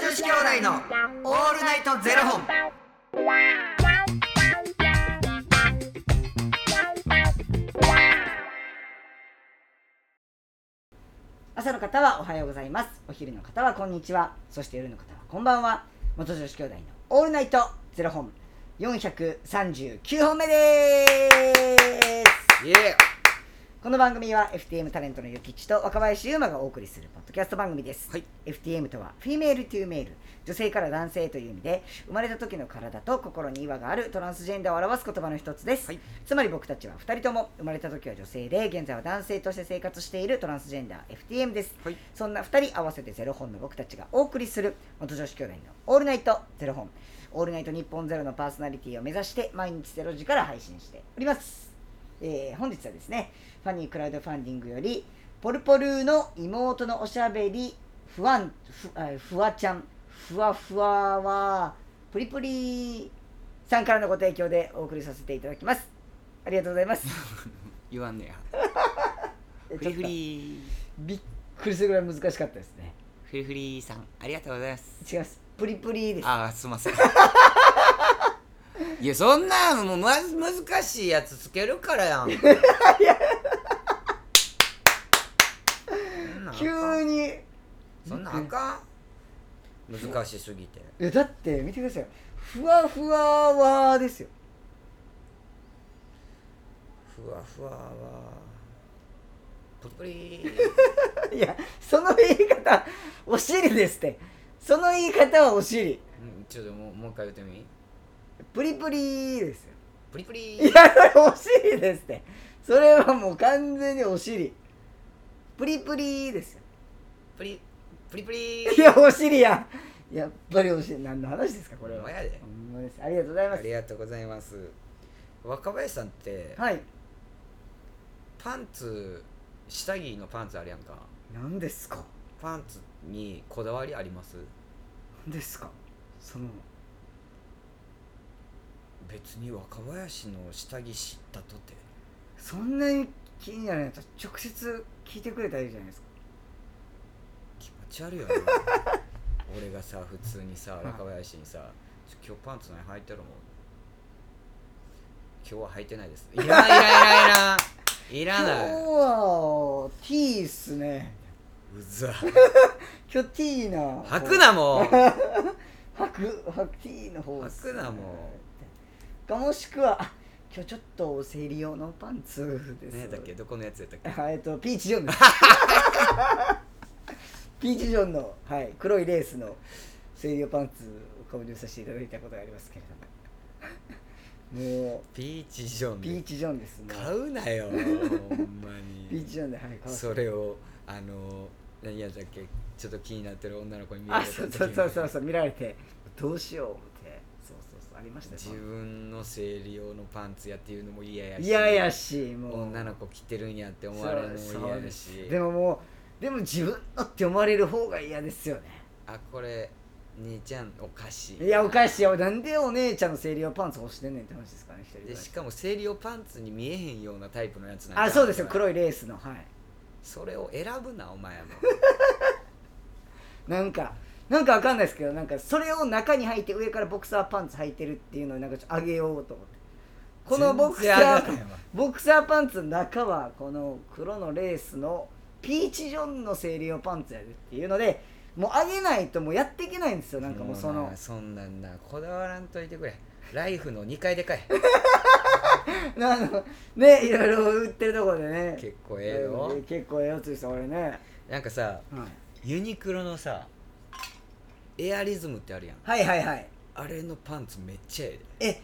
子兄弟のオールナイトゼロ本。朝の方はおはようございますお昼の方はこんにちはそして夜の方はこんばんは元女子兄弟のオールナイトゼロ本439本目ですイエこの番組は FTM タレントのゆきちと若林優馬がお送りするポッドキャスト番組です、はい FTM とはフィメールトゥーメール女性から男性という意味で生まれた時の体と心に違和があるトランスジェンダーを表す言葉の一つです、はいつまり僕たちは2人とも生まれた時は女性で現在は男性として生活しているトランスジェンダー FTM です、はいそんな2人合わせてゼロ本の僕たちがお送りする元女子兄弟の「オールナイトゼロ本」「オールナイト日本ゼロのパーソナリティを目指して毎日ゼロ時から配信しております、えー本日はですねファニークラウドファンディングよりポルポルーの妹のおしゃべりふわんふあふわちゃんふわふわはプリプリさんからのご提供でお送りさせていただきますありがとうございます 言わんねや。フちょリっフとリびっくりするぐらい難しかったですねフリフリさんありがとうございます。違いますプリプリですああすい ません。いやそんなんもうまず難しいやつつけるからやん。そんなんあかん急にそんなんあかん。難しすぎて。えだって見てくださいふわふわはですよ ふわふわは。プリプリ。 いやその言い方お尻ですってその言い方はお尻うんちょっともうもう一回言ってみ。プリプリですよプリプリ。いやそれお尻ですってそれはもう完全にお尻プリプリですよプリプリプリいやお尻やんやっぱりお尻何の話ですかこれはほんまやでほんまですありがとうございまあすりがとうございます若林さんってはいパンツ下着のパンツあるやんか何ですかパンツにこだわりあります何ですかその別に若林の下着知ったとてそんなに気になるんやったら直接聞いてくれたらいいじゃないですか気持ち悪いよ な俺がさ普通にさはい若林にさ「ちょ今日パンツ何履いてるの?」今日は履い てないです」いらんいらんいらんいらんいら今ない日は T っすねうざ今日 T な履く なもう吐く吐く T の方っすね履くなもかもしくはあ今日ちょっと生理用のパンツですねえだっけどこのやつやった っけはいえっとピーチジョンです ピーチジョンの、はい、黒いレースの生理用パンツを購入させていただいたことがありますけれ どももピーチジョンうでピーチジョンですね買うなよほんまピーにチジョンではい買わせてそれをあの何やったっけちょっと気になってる女の子に見らあれた時そうにそうそうそうそう見られてどうしよう思ってそうそうそうありましたよ自分の生理用のパンツやっていうのも嫌やしいやいやしもう女の子着てるんやって思われるのも嫌やそうしですでももうでも自分のって思われる方が嫌ですよねあこれ兄ちゃんおかしいいやおかしいよなんでお姉ちゃんの生理用パンツ欲してんねんって話ですからね一人暮でらしかも生理用パンツに見えへんようなタイプのやつなんかあそうですよこれは黒いレースのはいそれを選ぶなお前もなんかなんかわかんないですけどなんかそれを中に履いて上からボクサーパンツ履いてるっていうのをなんかちょっと上げようと思って このボクサ全然上がらへんーわボクサーパンツの中はこの黒のレースのピーチジョンの生理用パンツやるっていうのでもう上げないともうやっていけないんですよなんかもうそのなそんなんなこだわらんといてくれライフの2階でかいあのねいろいろ売ってるところでね結構ええよ結構ええよついした俺ね、なんかさユニクロのさエアリズムってあるやんはいはいはいあれのパンツめっちゃええ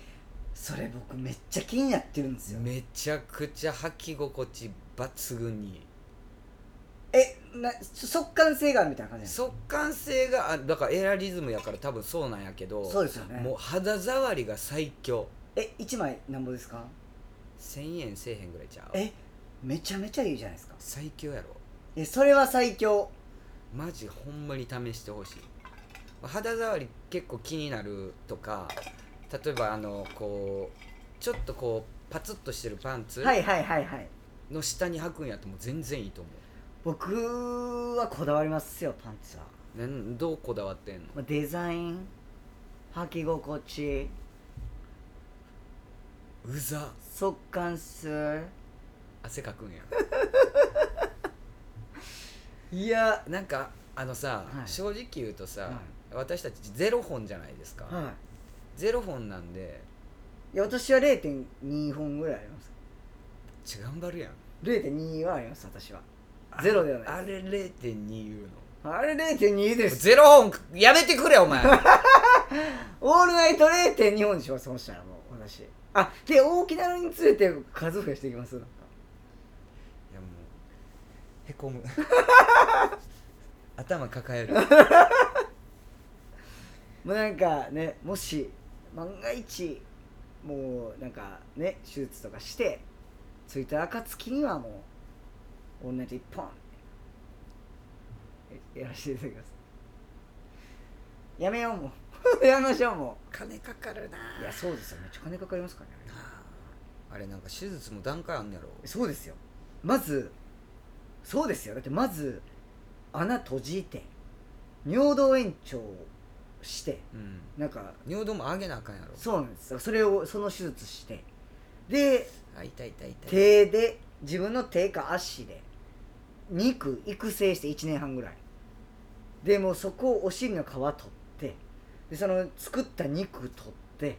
それ僕めっちゃ気になってるんですえでよめちゃくちゃ履き心地抜群にいいえなそ速乾性があるみたいな感じなんです速乾性があだからエアリズムやから多分そうなんやけどそうですよねもう肌触りが最強え一枚なんぼですか1000円せえへんぐらいちゃうえめちゃめちゃいいじゃないですか最強やろえそれは最強マジほんまに試してほしい肌触り結構気になるとか例えばあのこうちょっとこうパツッとしてるパンツはいはいはいはいの下に履くんやともう全然いいと思う僕はこだわりますよパンツはなんどうこだわってんのまあデザイン履き心地うざ速乾性汗か くんやいやなんかあのさ、はい正直言うとさ、は私たちゼロ本じゃないですか、はゼロ本なんでいいや私は0.2本ぐらいありますち頑張るやん0.2はあります私はゼロではあないれ0.2言うの あれ0.2ですゼロ本やめてくれお 前オールナイト0.2本にしますそしたらもう私あで大きなのにつれて数増やしていきますなんかいやもうへこ む頭抱えるもうなんかねもし万が一もうなんかね手術とかしてついた暁にはもうオールナイト1本えやらせていただきますやめようもう やめましょうも金かかるなういやそうですよめっちゃ金かかりますからねあれなんか手術も段階あんねやろそうですよまずそうですよだってまず穴閉じて尿道延長してうんなんか尿道も上げなあかんやろそうなんですよそれをその手術してであ痛い痛い痛い手で自分の手か足で肉育成して1年半ぐらいでもうそこをお尻の皮取ってでその作った肉取って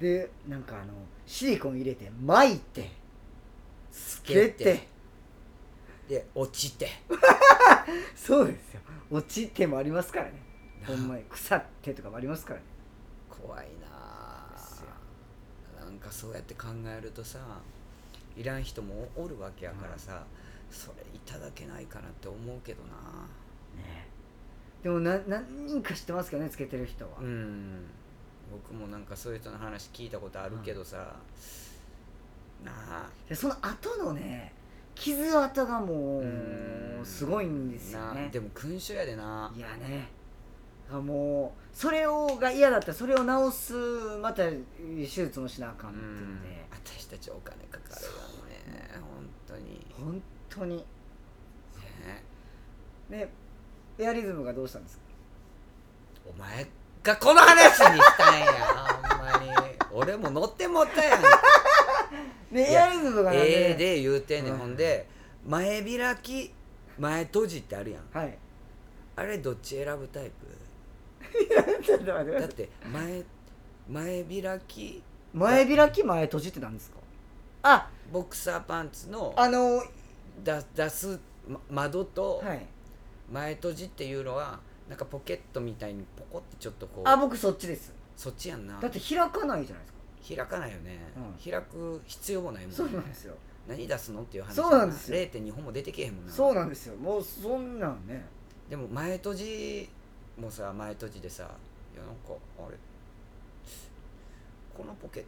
でなんかあのシリコン入れて巻いてつけてで落ちてそうですよ落ちてもありますからねなほあんまに腐ってとかもありますからね怖いなあですなんかそうやって考えるとさいらん人もおるわけやからさ、それいただけないかなって思うけどなねでもな何人か知ってますけどねつけてる人は、うん僕もなんかそういう人の話聞いたことあるけどさ、なあでその後のね傷跡がもううんすごいんですよなねあでも勲章やでないやねだからもうそれをが嫌だったらそれを治すまた手術もしなあかんっていううんんで私たちお金かかるよね本当に本当にねでエアリズムがどうしたんですかお前がこの話にしたんやほんまに俺も乗ってもっ たやんでいエやアリズムがなんええで、で言うてんねん、うんほんで前開き前閉じってあるやんはいあれどっち選ぶタイちょっと待ってくだプだっさいて前前開き前開き前閉じってなんですかあボクサーパンツのあのだ出すま窓とはい前閉じっていうのはなんかポケットみたいにポコってちょっとこあう僕そっちですそっちやんなだって開かないじゃないですか開かないよね、う開く必要もないもんねそうなんですよ何出すのっていう話そうなんですよ0.2本も出てけへんもんなそうなんですよもうそんなんねでも前閉じもさ前閉じでさいやなんかあれこのポケッ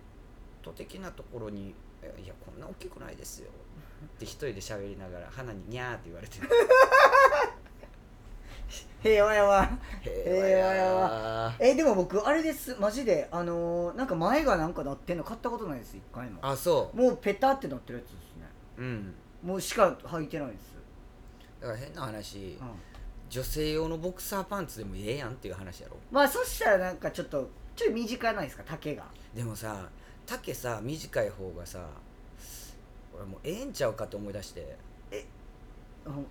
ト的なところにえいやこんな大きくないですよって一人で喋りながら鼻にニャーって言われ てる平和やわ平和やわえでも僕あれですマジであのーなんか前がなんかなってんの買ったことないです一回もあそもうペタってなってるやつですねううんもうしか履いてないです、だから変な話うん女性用のボクサーパンツでもええやんっていう話やろまあそしたらなんかちょっとちょい短ないですか丈がでもさ丈さ短い方がさ俺もうええんちゃうかって思い出してうん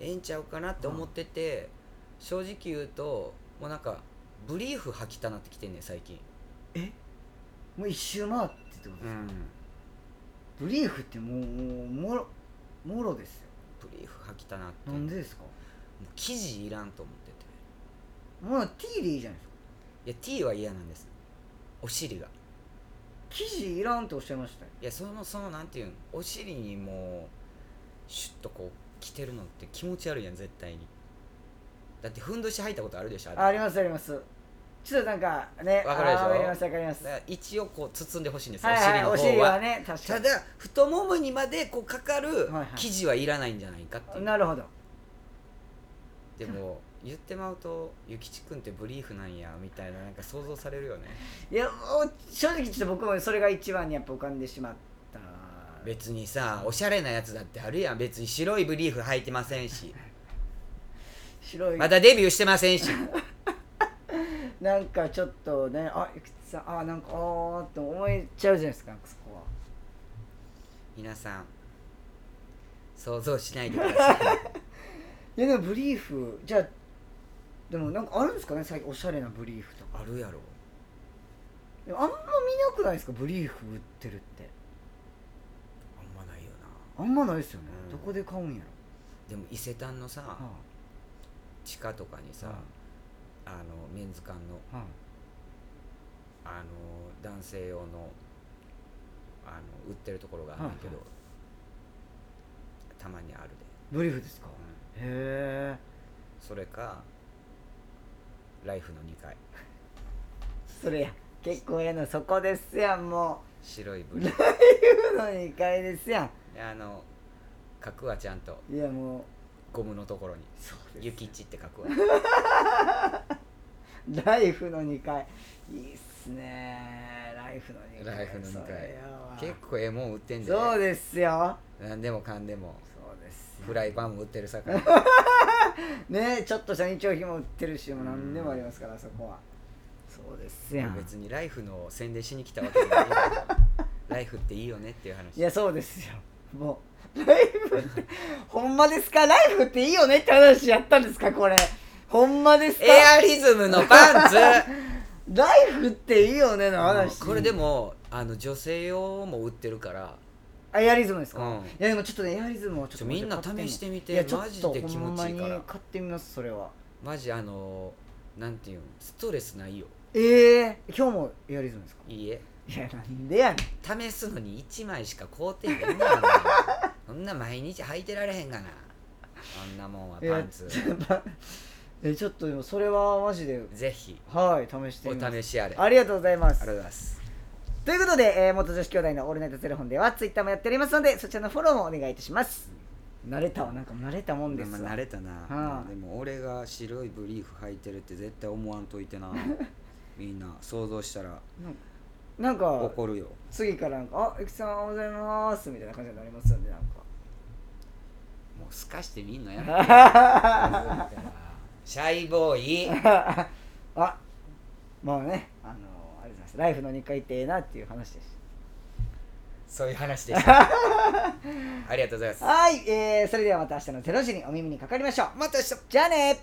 ええんちゃうかなって思ってて、正直言うともうなんかブリーフ履きたなってきてんねん最近もう一周回ってってことです、んブリーフってもうもうもろもろですよブリーフ履きたなってなんもうでですか生地いらんと思ってもう T でいいじゃないですかていや T は嫌なんですお尻が生地いらんっておっしゃいましたよいやそのそのなんていうんお尻にもうシュッとこう着てるのって気持ち悪いやん絶対にだってふんどし履いたことあるでしょあありすますありますちょっとなんかねわかるでしょあーわかりますわかります一応こう包んでほしいんですよ、はいはいおお尻尻の方ははね確かたにだ太ももにまでこうかかるはいはい生地はいらないんじゃないかっていう、なるほどでも言ってまうと「諭吉君ってブリーフなんや」みたいななんか想像されるよねいやもう正直ちょっと僕もそれが一番にやっぱ浮かんでしまった別にさおしゃれなやつだってあるやん別に白いブリーフ履いてませんし白いまだデビューしてませんしなんかちょっとねあいくつさんあなんかあーって思えちゃうじゃないですかそこは皆さん想像しないでくださいいやでもブリーフじゃあでもなんかあるんですかね最近おしゃれなブリーフとか あるやろでもあんま見なくないですかブリーフ売ってるってあんまないよあなんまないですよね、うんどこで買うんやろ、でも伊勢丹のさ、地下とかにさ、はいあのメンズ館のはいあの男性用のあの売ってるところがあるんだけど、はいたまにあるで、ブリーフですか、へえそれかライフの2階それや結構ええのそこですやんも白い ブリーフういうの2階ですやであの書くはちゃんとんいやもうゴムのところにそう「でゆきち」って書くわライフの2階いいっすねライフの2階ライフの2階それやわ結構ええもん売ってんでそうですよ何でもかんでもそうですよフライパンも売ってるさかいねちょっとした日用品も売ってるしもう何でもありますからそこはそうですやん別にライフの宣伝しに来たわけじ ゃないんだけどライフっていいよねっていう話いやそうですよもうライフってほんまですかライフっていいよねって話やったんですかこれほんまですかエアリズムのパンツライフっていいよねの話これでもあの女性用も売ってるからあエアリズムですか、いうんやでもちょっとねエアリズムをちょっちとょみんな試してみてマジで気持ちいいからほんまに買ってみますそれはマジあのなんていうんストレスないよええ今日もエアリズムですかいいえいやなんでやねん試すのに1枚しか買うてへんね んなそんな毎日履いてられへんがなそんなもんはパン ツいやちょえちょっとでもそれはマジでぜひはい試しておみます試しあれあありがとうございますりがとうございますということで、えー元女子兄弟のオールナイトゼロ本ではツイッターもやっておりますのでそちらのフォローもお願いいたします慣れたわなんかもう慣れたもんですわ、まあ慣れたな、まあでも俺が白いブリーフ履いてるって絶対思わんといてなみんな想像したらなんか怒るよ次からなんか「あゆきさんおはようございます」みたいな感じになりますんで なんかもうすかしてみんのやめて シャイボ ーイ あまあねあのあれですライフの2回ってええなっていう話でしそういう話でしたありがとうございまたすはい、えー、それではまた明日の0時にお耳にかかりましょうまた明日じゃあね